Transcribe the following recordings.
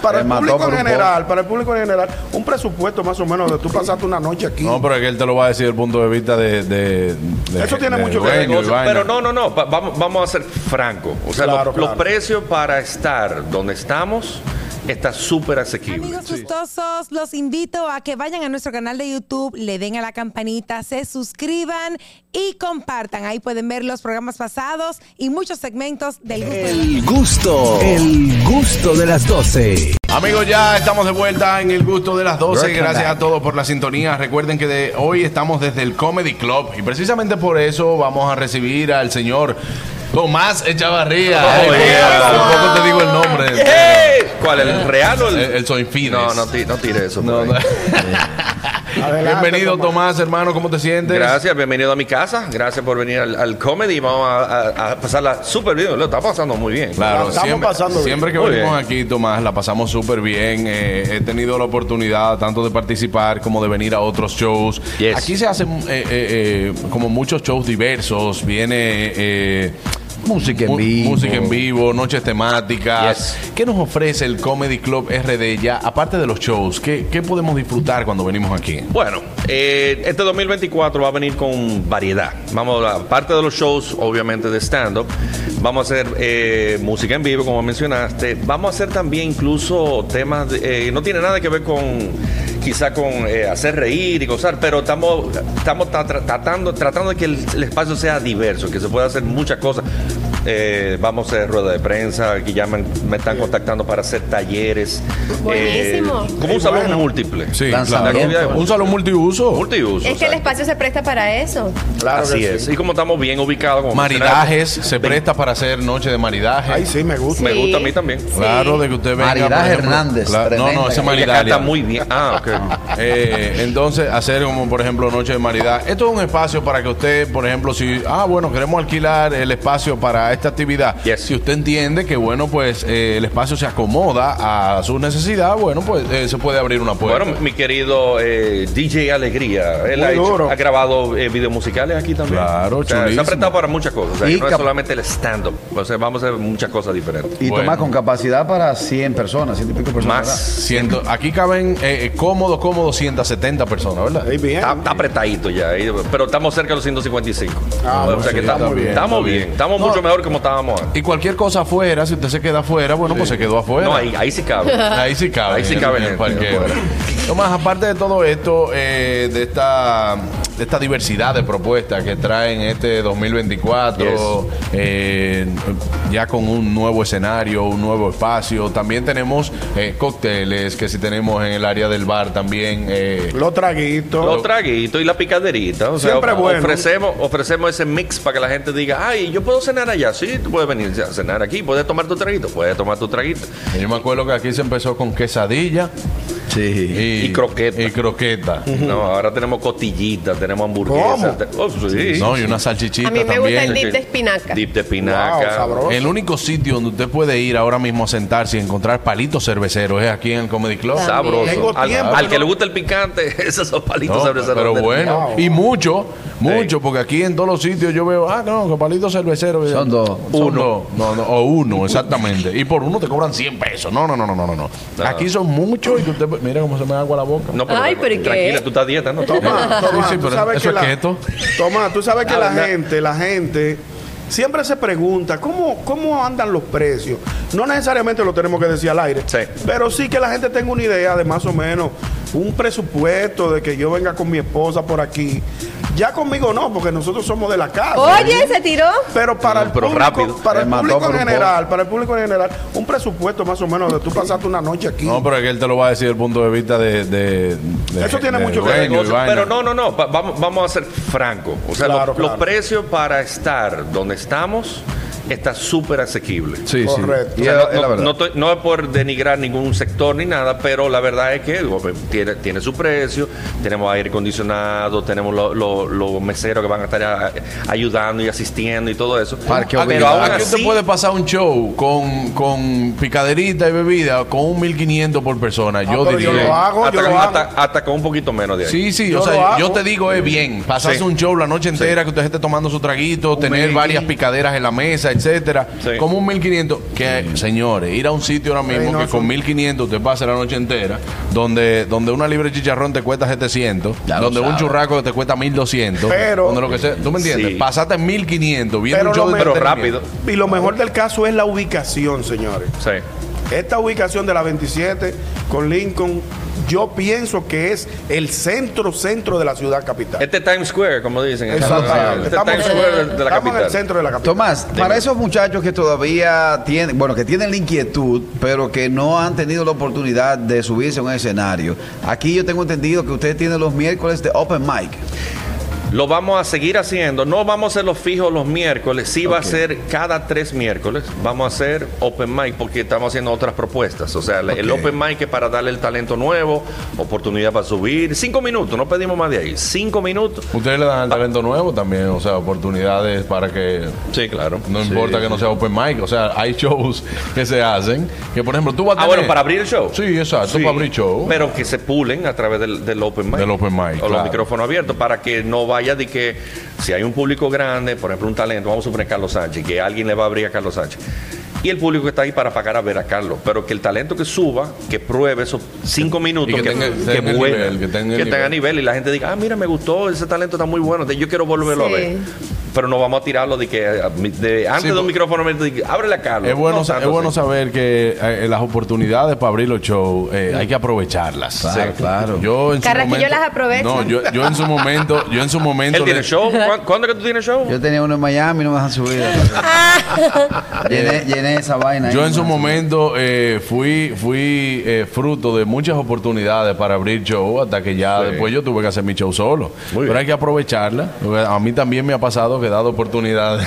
para Se el mató público Eh, por en un general, para el público en general, un presupuesto más o menos de tú pasaste una noche aquí. No, pero es que él te lo va a decir desde el punto de vista de. de- de- Eso tiene de mucho que dueño ver y con Negocio, vaina. pero no, no, no, va- vamos, vamos a ser francos. O sea, Claro, los, los claro. precios para estar donde estamos está súper asequible. Amigos gustosos, los invito a que vayan a nuestro canal de YouTube, le den a la campanita, se suscriban y compartan. Ahí pueden ver los programas pasados y muchos segmentos del gusto. de las- El gusto, el gusto de las 12. Amigos, ya estamos de vuelta en el gusto de las 12. Welcome Gracias back. a todos por la sintonía. Recuerden que de hoy estamos desde el Comedy Club y precisamente por eso vamos a recibir al señor Tomás Echavarría. Ay, mira, Tampoco te digo el nombre. ¡Ey! Eh, ¿Cuál? ¿El real o el.? El, el Soinfines. no, no, ti- no tire eso. por No, ahí. no. Adelante, Bienvenido, Tomás, hermano. ¿Cómo te sientes? Gracias, bienvenido a mi casa. Gracias por venir al, al comedy. Vamos a, a- a pasarla súper bien. Lo está pasando muy bien. Claro, La estamos siempre, pasando bien. siempre que Muy venimos bien. aquí, Tomás, la pasamos súper bien. Eh, he tenido la oportunidad tanto de participar como de venir a otros shows. Yes. Aquí se hacen eh, eh, eh, como muchos shows diversos. Viene eh, Música en mu- vivo. música en vivo, noches temáticas. Yes. ¿Qué nos ofrece el Comedy Club RD ya? Aparte de los shows, ¿qué, qué podemos disfrutar cuando venimos aquí? Bueno, eh, este 2024 va a venir con variedad. Vamos a, aparte de los shows, obviamente de stand-up, vamos a hacer eh, música en vivo, como mencionaste. Vamos a hacer también incluso temas, de- eh, no tiene nada que ver con, quizá con eh, hacer reír y gozar, pero estamos, estamos tra- tra- tratando, tratando de que el, el espacio sea diverso, que se pueda hacer muchas cosas. Eh, vamos a hacer rueda de prensa, que ya me, me están contactando para hacer talleres. Eh, Buenísimo. como un salón múltiple. Sí, Lanzamiento. claro. Un salón multiuso. Multiuso. Es que el exacto. espacio se presta para eso. Claro Así que es. sí. Y como estamos bien ubicados. como Maridajes. mencionaba, Se de- presta para hacer noche de maridaje. Ay, sí, me gusta. Me Sí. gusta a mí también. Sí. Claro, de que usted venga. Maridá por ejemplo, Hernández, la- no, no, tremenda. ese es Ella Maridalia. canta muy bien. Ah, ok. Eh, entonces, hacer como, por ejemplo, Noche de Maridad. Esto es un espacio para que usted, por ejemplo, si, ah, bueno, queremos alquilar el espacio para esta actividad. Yes. Si usted entiende que, bueno, pues eh, el espacio se acomoda a su necesidad, bueno, pues eh, se puede abrir una puerta. Bueno, mi querido eh, DJ Alegría, él Muy ha, hecho- duro. ha grabado eh, videos musicales aquí también. Claro, O sea, Se chulísimo. ha prestado para muchas cosas. O sea, Y que no es cap- solamente el stand-up. O sea, vamos a hacer muchas cosas diferentes. Y Bueno. Tomás con capacidad para 100 personas, 100 y pico personas. ¿verdad? Más. Ciento- aquí caben eh, eh, cómodo, cómodo 170 personas, ¿verdad? Ahí bien. Está, está apretadito ya, eh, pero estamos cerca de los 155. Ah, o sea sí, que está estamos, muy bien, estamos está bien, bien. estamos No. mucho mejor como estábamos antes. Y cualquier cosa afuera, si usted se queda afuera, bueno, pues se quedó afuera. No, ahí, ahí sí cabe. Ahí sí cabe. Ahí sí en- cabe en en el el- parqueo. bueno. Tomás, aparte de todo esto, eh, de esta de esta diversidad de propuestas que traen este 2024, eh, ya con un nuevo escenario, un nuevo espacio, también tenemos eh, cócteles que si tenemos en el área del bar también. eh, Los traguitos. Los traguitos y la picaderita. O sea, Siempre of- bueno. ofrecemos, ofrecemos ese mix para que la gente diga, ay, yo puedo cenar allá. Sí, tú puedes venir a cenar aquí, puedes tomar tu traguito, puedes tomar tu traguito. yo me acuerdo que aquí se empezó con quesadilla Sí. y, Y croqueta. Y croqueta. No, ahora tenemos costillitas, tenemos hamburguesas. ¿Cómo? te- oh, sí. No, y una salchichita A mí me gusta también. el dip de espinaca. Dip de espinaca. Wow, El único sitio donde usted puede ir ahora mismo a sentarse y encontrar palitos cerveceros es aquí en el Comedy Club. Sabroso. Tengo al tiempo, al ¿no? que le gusta el picante, esos son palitos No, sobre esa pero bandera. bueno, Wow. y mucho, mucho, Sí. porque aquí en todos los sitios yo veo, ah, no, que palitos cerveceros. Son dos. Uno. No, no, o uno, exactamente. Y por uno te cobran 100 pesos. No, no, no, no, no, no. no. Aquí son muchos y que usted, mira cómo se me da agua la boca. No, pero, Ay, pero ¿y qué? tranquila, tú estás a dieta, ¿no? Toma, Sí, toma, sí, tú pero sabes eso que es la- keto. Toma, tú sabes que La la, verdad. gente, la gente siempre se pregunta cómo, cómo andan los precios. No necesariamente lo tenemos que decir al aire, Sí. pero sí que la gente tenga una idea de más o menos un presupuesto de que yo venga con mi esposa por aquí. Ya conmigo no, porque nosotros somos de la casa. Oye, se tiró. Pero para el pero público, rápido. para Se el mató público por en un general, para el público en general, un presupuesto más o menos de tú pasaste una noche aquí. No, pero es que él te lo va a decir desde el punto de vista de. de- de- Eso tiene de mucho que dueño ver y con negocio, vaina. pero no, no, no, va- vamos, vamos a ser francos. O sea, Claro, los, los claro. precios para estar donde estamos está súper asequible. Sí, sí. Correcto. Y O es, sea, es la no, no- verdad. no estoy- no es por denigrar ningún sector ni nada, pero la verdad es que digo, tiene, tiene su precio, tenemos aire acondicionado, tenemos lo- lo- los meseros que van a estar a- ayudando y asistiendo y todo eso. Ah, Parque pero obligado. aún Ah, Aquí usted así, puede pasar un show con, con picaderita y bebida con un 1500 por persona. yo Ah, pero yo diría. lo hago, yo eh, hasta, lo con- hago. hasta- hasta con un poquito menos de ahí. Sí, sí, Yo o lo sea, hago. yo te digo, es bien. Pasarse Sí. un show la noche entera, que usted esté tomando su traguito, tener merengue. varias picaderas en la mesa, etcétera. Sí. Como un 1500, que señores, ir a un sitio ahora mismo Ay, no, que con son- 1500 te pasa la noche entera, donde, donde una libre chicharrón te cuesta 700, Ya lo donde un sabes. churraco te cuesta 1200, Pero- donde lo que sea, ¿tú me entiendes? Sí. Pasaste 1500 viendo Pero un show lo de mejor- Pero entretenimiento. rápido. Y lo mejor del caso es la ubicación, señores. Sí. Esta ubicación de la 27 con Lincoln, yo pienso que es el centro centro de la ciudad capital. Este Times Square, como dicen. Exactamente. Este Times Square de, de la estamos en el capital. centro de la capital. Tomás, para esos muchachos que todavía tienen, bueno, que tienen la inquietud, pero que no han tenido la oportunidad de subirse a un escenario. Aquí yo tengo entendido que ustedes tienen los miércoles de open mic. Lo vamos a seguir haciendo. No vamos a hacer los fijos los miércoles. Sí va a Ok. ser cada tres miércoles. Vamos a hacer open mic porque estamos haciendo otras propuestas. O sea, la- el Ok. open mic es para darle el talento nuevo, oportunidad para subir. Cinco minutos, no pedimos más de ahí. Cinco minutos. Ustedes le dan al talento nuevo también, o sea, oportunidades para que Sí, claro. no importa que no sea open mic, o sea, hay shows que se hacen, que por ejemplo tú vas a Ah, tener- bueno, para abrir el show. Sí, exacto, Sí, para abrir show. Pero que se pulen a través del, del open mic. Del open mic, O los claro. micrófonos abiertos para que no vaya de que si hay un público grande, por ejemplo, un talento, vamos a suponer Carlos Sánchez, que alguien le va a abrir a Carlos Sánchez. Y el público que está ahí para pagar a ver a Carlos. Pero que el talento que suba, que pruebe esos cinco minutos, que tenga- tenga el vuele, nivel, que tenga el que tenga nivel. nivel. Y la gente diga, ah, mira, me gustó, ese talento está muy bueno, de- yo quiero volverlo Sí. a ver. Pero no vamos a tirarlo de que a- de- antes Sí, de un porque- micrófono, de que, ábrele a Carlos. Es bueno, No sa- tanto es bueno así. saber que eh, las oportunidades para abrir los shows eh, hay que aprovecharlas. Claro, claro. Yo en su Carraquillo momento- las aprovecha. No, yo, yo en su momento, yo en su momento ¿Él tiene le- show? ¿Cuán- ¿Cuándo que tú tienes show? Yo tenía uno en Miami, no me dejan subir. llené, llené esa vaina. ahí, Yo no en me su dejan subir. momento eh, fui, fui eh, fruto de muchas oportunidades para abrir show hasta que ya después yo tuve que hacer mi show solo. Pero hay que aprovecharla. porque A mí también me ha pasado que he dado oportunidades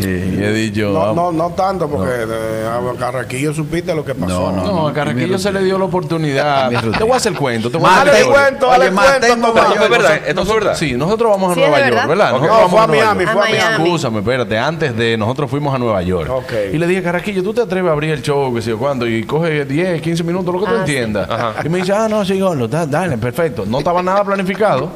y he dicho... No, "Ah, no, no tanto, porque eh, a Carraquillo supiste lo que pasó. No, no. No, a Carraquillo se le dio la oportunidad. Mi rutina. Te voy a hacer el cuento. Te voy a Dale hacer el el cuento, Oye, dale el cuento, mantengo Tomás. Esto fue verdad, esto fue verdad. Sí, nosotros vamos a Sí, Nueva de York, verdad. ¿verdad? No, Nosotros fue a vamos Nueva Miami, York. fue A a Miami. Miami. Escúchame, espérate, antes de nosotros fuimos a Nueva York. Ok. Y le dije, Carraquillo, ¿tú te atreves a abrir el show? Que sé yo cuándo. Y coge 10, 15 minutos, lo que tú Ah, sí. entiendas. Y me dice, ah, no, sí, Gordo, da- dale, perfecto. No estaba nada planificado.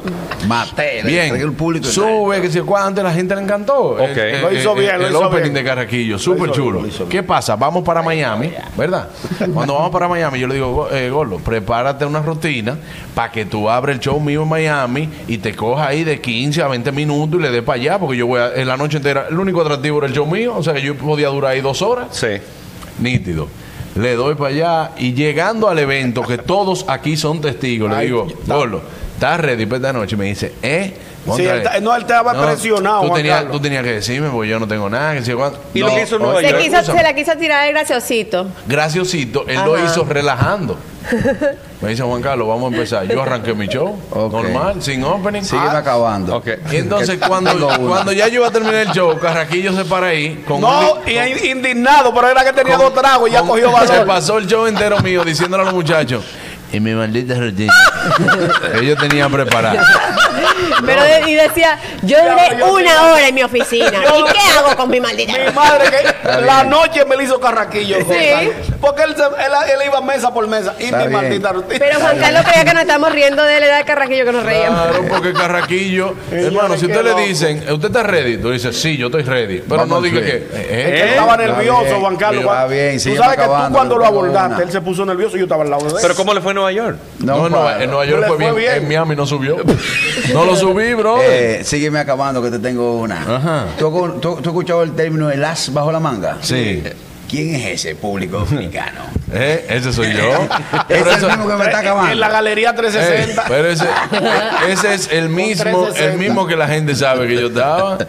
Maté, le Bien. entregué el público. Sube, que sé yo cuándo, la gente le encantó. Eh, Ok. Lo hizo bien, lo El hizo opening bien. de Carraquillo, súper hizo chulo. bien, lo hizo ¿Qué pasa? Vamos para Miami, ¿verdad? Cuando vamos para Miami, yo le digo, "Go- eh, Gordo, prepárate una rutina para que tú abres el show mío en Miami y te cojas ahí de 15 a 20 minutos y le des para allá, porque yo voy a, en la noche entera. El único atractivo era el show mío, o sea que yo podía durar ahí dos horas. Sí. Nítido. Le doy para allá y llegando al evento, que todos aquí son testigos, le Ay, digo, está- Gordo, ¿estás ready para esta noche? Y Me dice, ¿eh? Sí, él Contra- ta- no, él estaba presionado, Tú Juan tenías, Carlos. tú tenías que decirme, porque yo no tengo nada. Que sé yo cuánto. Y lo No, que hizo en Nueva oye, Se, York. quiso, escúchame. se la quiso tirar el graciosito. Graciosito, él lo Ajá. hizo relajando. Me dice Juan Carlos, vamos a empezar. Yo arranqué mi show, Ok. normal, sin opening. Sígueme Ah, acabando. Ok. Y entonces Que cuando, tengo uno. cuando ya yo iba a terminar el show, Carraquillo se para ahí con un li- No, y es indignado, pero era que tenía dos tragos y ya Con- cogió Se valor. pasó el show entero mío diciéndole a los muchachos. Y mi maldita rutina. Ellos tenían preparada. Pero de- y decía, yo Ya, duré yo sí. una hora en mi oficina. ¿Y qué hago con mi maldita? Mi madre, que la noche me la hizo Carraquillo. Juan Carlos. Porque él, se- él, él iba mesa por mesa. Y Está mi bien. maldita rutina. Pero Juan Carlos creía que nos estamos riendo de la edad de carraquillo que nos reíamos. Claro, porque Carraquillo, hermano, si qué usted le loco. dicen, ¿usted está ready? Tú dices, sí, yo estoy ready. Pero Vamos no al diga que. frente. Él eh, estaba Está nervioso, bien. Juan Carlos. Está Juan- bien, tú sígueme sabes que tú acabando, cuando no lo tengo abordaste, una. él se puso nervioso y yo estaba al lado de él. Pero ¿cómo le fue a Nueva York? No, no, para. en Nueva No York le fue fue bien. bien. En Miami no subió. No lo subí, bro. Eh, sígueme acabando que te tengo una. Ajá. ¿Tú, tú- tú has escuchado el término el as bajo la manga? Eh, Sí. ¿Quién es ese público dominicano? Eh, ese soy yo. es Pero el eso- mismo que me está En la acabando. galería Eh, 360. pero ese, ese es el mismo, el 360. mismo que la gente sabe que yo estaba.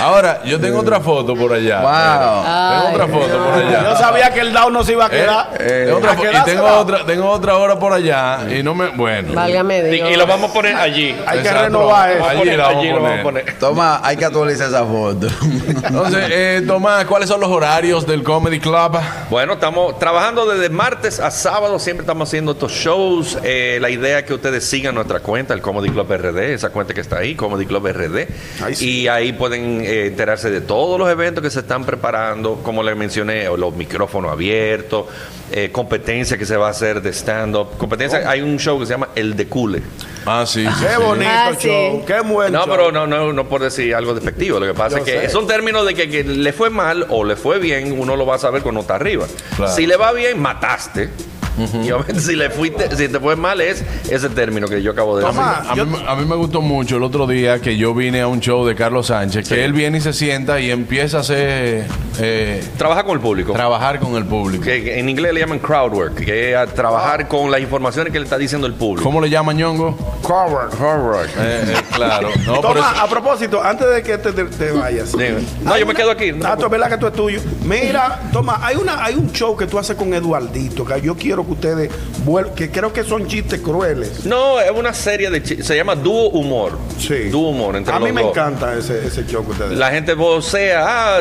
Ahora, yo tengo otra foto por allá. Wow. Tengo otra foto por allá. Yo sabía que el down no se iba a Eh, quedar. eh, otra a fo- y quedarse tengo down. otra, tengo otra hora por allá y no me. Bueno. Válgame Y, Dios. y lo vamos a poner allí. Hay que Exacto, renovar lo eso. vamos a poner, allí lo vamos a poner. Toma, hay que actualizar esa foto. Entonces, eh, Tomás, ¿cuáles son los horarios del Comedy Club? Bueno, estamos trabajando desde martes a sábado, siempre estamos haciendo estos shows. Eh, la idea es que ustedes sigan nuestra cuenta, el Comedy Club RD, esa cuenta que está ahí, Comedy Club RD. Ahí sí. Y ahí pueden eh, enterarse de todos los eventos que se están preparando, como les mencioné, o los micrófonos abiertos, eh, competencia que se va a hacer de stand-up. Competencia, hay un show que se llama El de Cule. Ah, sí. sí, Qué sí. bonito Ah, show, sí. qué bueno. No, pero no, no, no por decir algo despectivo. Lo que pasa Yo es que sé. son términos de que, que le fue mal o le fue bien, uno lo va a saber cuando está arriba. Claro. Si le va bien, mataste. Y obviamente, si le fuiste, si te fue mal, es ese término que yo acabo de decir. Tomás. A mí, a mí me gustó mucho el otro día que yo vine a un show de Carlos Sánchez, que él viene y se sienta y empieza a hacer, eh, Trabaja con el público. trabajar con el público. que que en inglés le llaman crowd work, que es a trabajar con las informaciones que le está diciendo el público. ¿Cómo le llaman, Ñongo? Cover. Eh, eh, claro. No, pero Toma, es- a propósito, antes de que te, te- te vayas. Oh, Dime. No, Hay yo me una- quedo aquí. No te Ah, tú, preocupes. verdad que tú es tuyo. Mira, toma, hay una, hay un show que tú haces con Eduardito, que yo quiero que ustedes vuelvan, que creo que son chistes crueles. No, es una serie de chi- se llama Dúo Humor. Sí. Dúo Humor entre A mí los me dos. encanta ese, ese show que ustedes. La gente vocea, ah,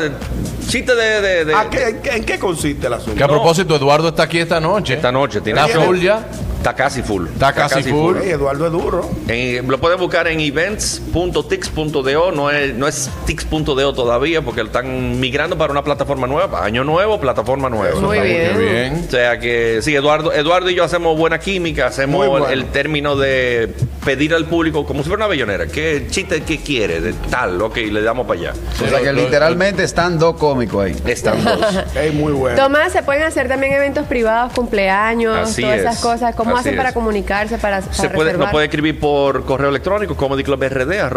chiste de, de- de- ¿A qué- en, qué, en qué consiste el asunto? que a propósito, Eduardo está aquí esta noche. esta noche. Tiene ¿Está show. full ya? Está casi full. Está casi full. Ey, Eduardo es duro. En- lo pueden buscar en events.tix.do, no es, no es tix.do todavía porque lo están migrando para una plataforma nueva. Año nuevo, plataforma nueva. Muy Qué bien. bien. O sea que sí, Eduardo, Eduardo y yo hacemos buena química, hacemos Muy bueno. el, el término de pedir al público como si fuera una bellonera. ¿Qué chiste que quiere? De tal, ok, le damos para allá. O sea que literalmente están dos cómicos ahí. Están dos. Es muy bueno. Tomás, se pueden hacer también eventos privados, cumpleaños, Así todas es. esas cosas. ¿Cómo Así hacen para es. comunicarse, para, para Se puede, reservar? lo puede escribir por correo electrónico,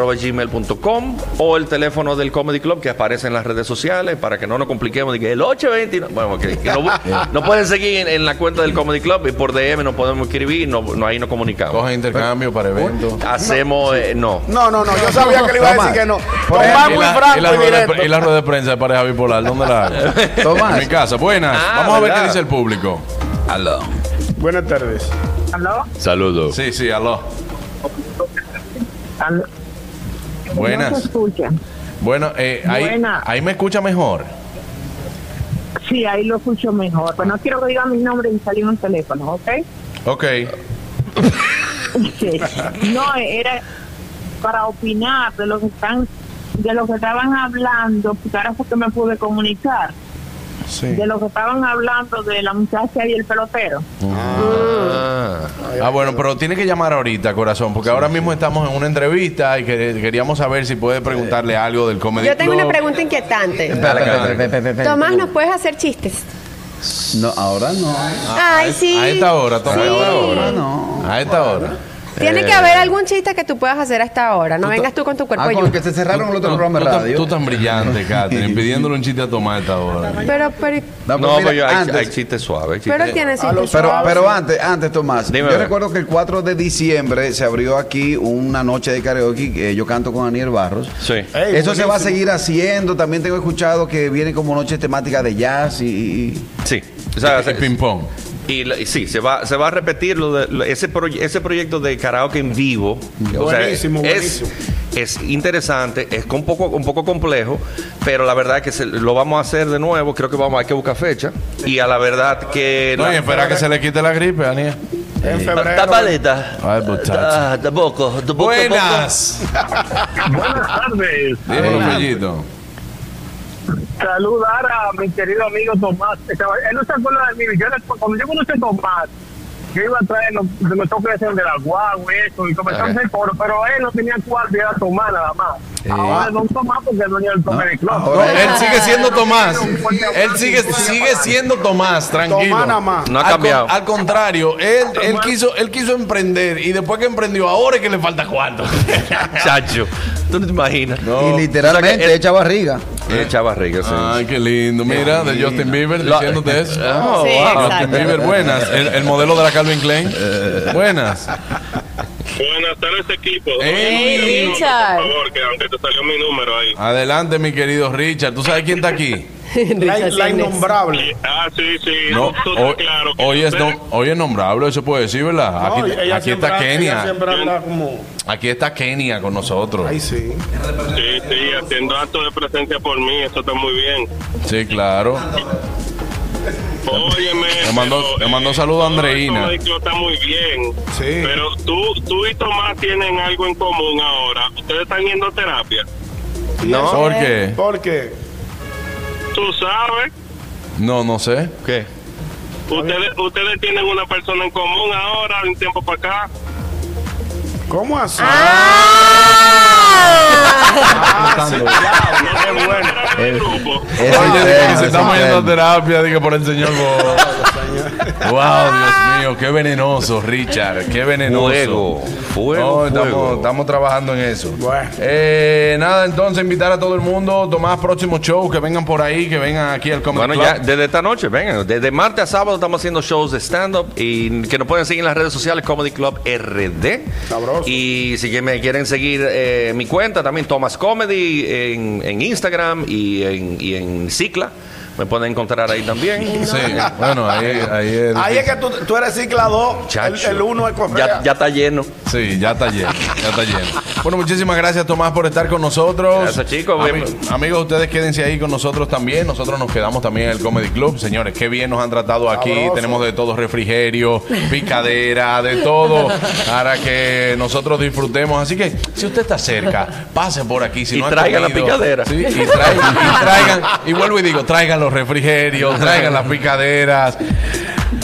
comedyclubrd.com o el teléfono del Comedy Club que aparece en las redes sociales para que no nos compliquemos. de que el 829. Bueno, que, que no, no pueden seguir en, en la cuenta del Comedy Club y por DM nos podemos escribir, no, no, ahí nos comunicamos. Coge intercambio para eventos. Hacemos, eh, no. No, no, no, yo sabía que le iba a Tomás. decir que no. Por Tomás Y muy la- y la franco y rueda de directo. pre- y la rueda de prensa de pareja bipolar, ¿dónde la hago? En mi Tomás, casa. Buenas. Ah, Vamos a ver qué ¿verdad? dice el público. Aló. Buenas tardes. Saludos. Sí, sí, aló. Al- No se Buenas. escucha. Bueno, eh, ahí, Buenas. ahí me escucha mejor. Sí, ahí lo escucho mejor. Pero no quiero que diga mi nombre y salir un teléfono, ¿ok? Ok. Sí. No, era para opinar de lo que están, de lo que estaban hablando, porque ahora fue que me pude comunicar, Sí. de lo que estaban hablando de la muchacha y el pelotero. Ah, bueno, pero tiene que llamar ahorita, corazón, porque ahora mismo estamos en una entrevista y que- queríamos saber si puede preguntarle algo del comedy Yo tengo club. una pregunta inquietante. espera, espera, espera, espera, espera. Tomás, ¿nos puedes hacer chistes? No, ahora no. Ah, Ay, sí. A esta hora, Tomás. Sí. A esta hora. Ahora Ah, no. A esta hora. Tiene que haber algún chiste que tú puedas hacer a esta hora. No Eh, Tú vengas ta- tú con tu cuerpo Ah, de con el yuca. que se cerraron el otro Tú- programa de tú tan- radio. Tú tan brillante, Catherine, pidiéndole un chiste a Tomás a esta hora. Pero, pero, No, No, mira, pero yo- hay, antes- hay chistes suaves. hay pero chistes- tiene a los- chistes. Pero, suaves. pero antes, antes Tomás, Dime, a yo ver. recuerdo que el 4 de diciembre se abrió aquí una noche de karaoke, eh, yo canto con Aniel Barros. Sí. Ey, Eso se va buenísimo. a seguir haciendo, también tengo escuchado que viene como noche temática de jazz y... y- Sí. Eh, O sea, El se- ping-pong. y, la- y sí, se va, se va a repetir lo de- lo- ese, proye- ese proyecto de karaoke en vivo. o sea, Buenísimo, es, buenísimo. es interesante, es un poco, un poco complejo, pero la verdad es que se- lo vamos a hacer de nuevo. Creo que vamos a hay que buscar fecha. Y a la verdad que. No, la- y espera que se le quite la gripe, Aniel. En febrero. Ta- tapadita. Ay, muchacho. Ah, tampoco, tampoco, Buenas. Buenas tardes. Dímelo, Fellito. Saludar a mi querido amigo Tomás. Este, Él no se acuerda de mí. Yo, era- cuando yo conocí a Tomás, yo iba a traer los, los toques de la guagua, eso, y comenzamos Ah. Ok. el coro, pero él no tenía cuarto y era Tomás nada más. Ahora no Tomás porque es dueño del toque de club. No, él sigue siendo Tomás. Un fuerte abrazo. Él sigue, sigue siendo Tomás, tranquilo. Tomás nada más. No ha Al con- cambiado. Al, contrario, él, él, quiso, él quiso emprender y después que emprendió, ahora es que le falta cuarto. tampoco. Chacho, tú no te imaginas. y literalmente O sea que- echa barriga. Eh, Chava Rica, sí. Ay, qué lindo. Mira, de Justin Bieber Lo- Ah, diciéndote eso. Sí, Justin exacto. Bieber, buenas. El, el modelo de la Calvin Klein. Eh. Buenas. Buenas tardes, equipo. Ey, Oye, Richard. Por favor, que aunque te salió mi número ahí. Ah. Adelante, mi querido Richard. ¿Tú sabes quién está aquí? La, Richard la Simmons. innombrable. Ah, sí, sí. No, eso está hoy, claro. que hoy es ustedes- nom- hoy es nombrable, eso puede decir, ¿verdad? Aquí, No, ella aquí siempre- está Ella Kenia. siempre habla como. Aquí está Kenia con nosotros. Ay, sí. Sí, sí, haciendo actos de presencia por mí. Eso está muy bien. Sí, claro. Óyeme. Le mandó- pero, le mandó eh, saludo a todo Andreina. eso me dijo, Está muy bien. Sí. Pero tú, tú y Tomás tienen algo en común ahora. Ustedes están yendo a terapia. No. ¿Por qué? ¿Por qué? Tú sabes. No, no sé. ¿Qué? Ustedes, ustedes tienen una persona en común ahora, de un tiempo para acá. ¿Cómo así? Ah, Oye, dije que se está poniendo a terapia, dije por el señor. Bo- wow, Dios mío, qué venenoso, Richard, qué venenoso. Fuego, No, fuego, Estamos, fuego. estamos trabajando en eso. Bueno. Eh, nada, entonces invitar a todo el mundo, tomar próximos shows, que vengan por ahí, que vengan aquí al Comedy Bueno, Club. ya desde esta noche, vengan. Desde martes a sábado estamos haciendo shows de stand-up y que nos pueden seguir en las redes sociales Comedy Club RD. Sabroso. Y si que me quieren seguir eh, mi cuenta, también Thomas Comedy en, en Instagram y en, y en Cicla. Me pueden encontrar ahí también. Sí, bueno, ahí, ahí es. Ahí es que tú, tú eres ciclado, el, Chacho. el uno es correa. Ya, ya está lleno. Sí, ya está lleno, ya está lleno. Bueno, muchísimas gracias Tomás por estar con nosotros. Gracias, chicos. pues. amigos, ustedes quédense ahí con nosotros también. Nosotros nos quedamos también en el Comedy Club. Señores, qué bien nos han tratado aquí. Sabroso. Tenemos de todo refrigerio, picadera, de todo, para que nosotros disfrutemos. Así que, si usted está cerca, pase por aquí. Si Y no ha traigan la comido, picadera. sí, y, traigan, y traigan, y vuelvo y digo, traigan los refrigerios, traigan las picaderas.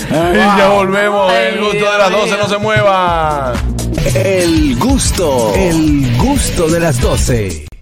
Y ya volvemos. Ay, el gusto Dios de las mío. 12, no se muevan. El gusto, el gusto de las 12.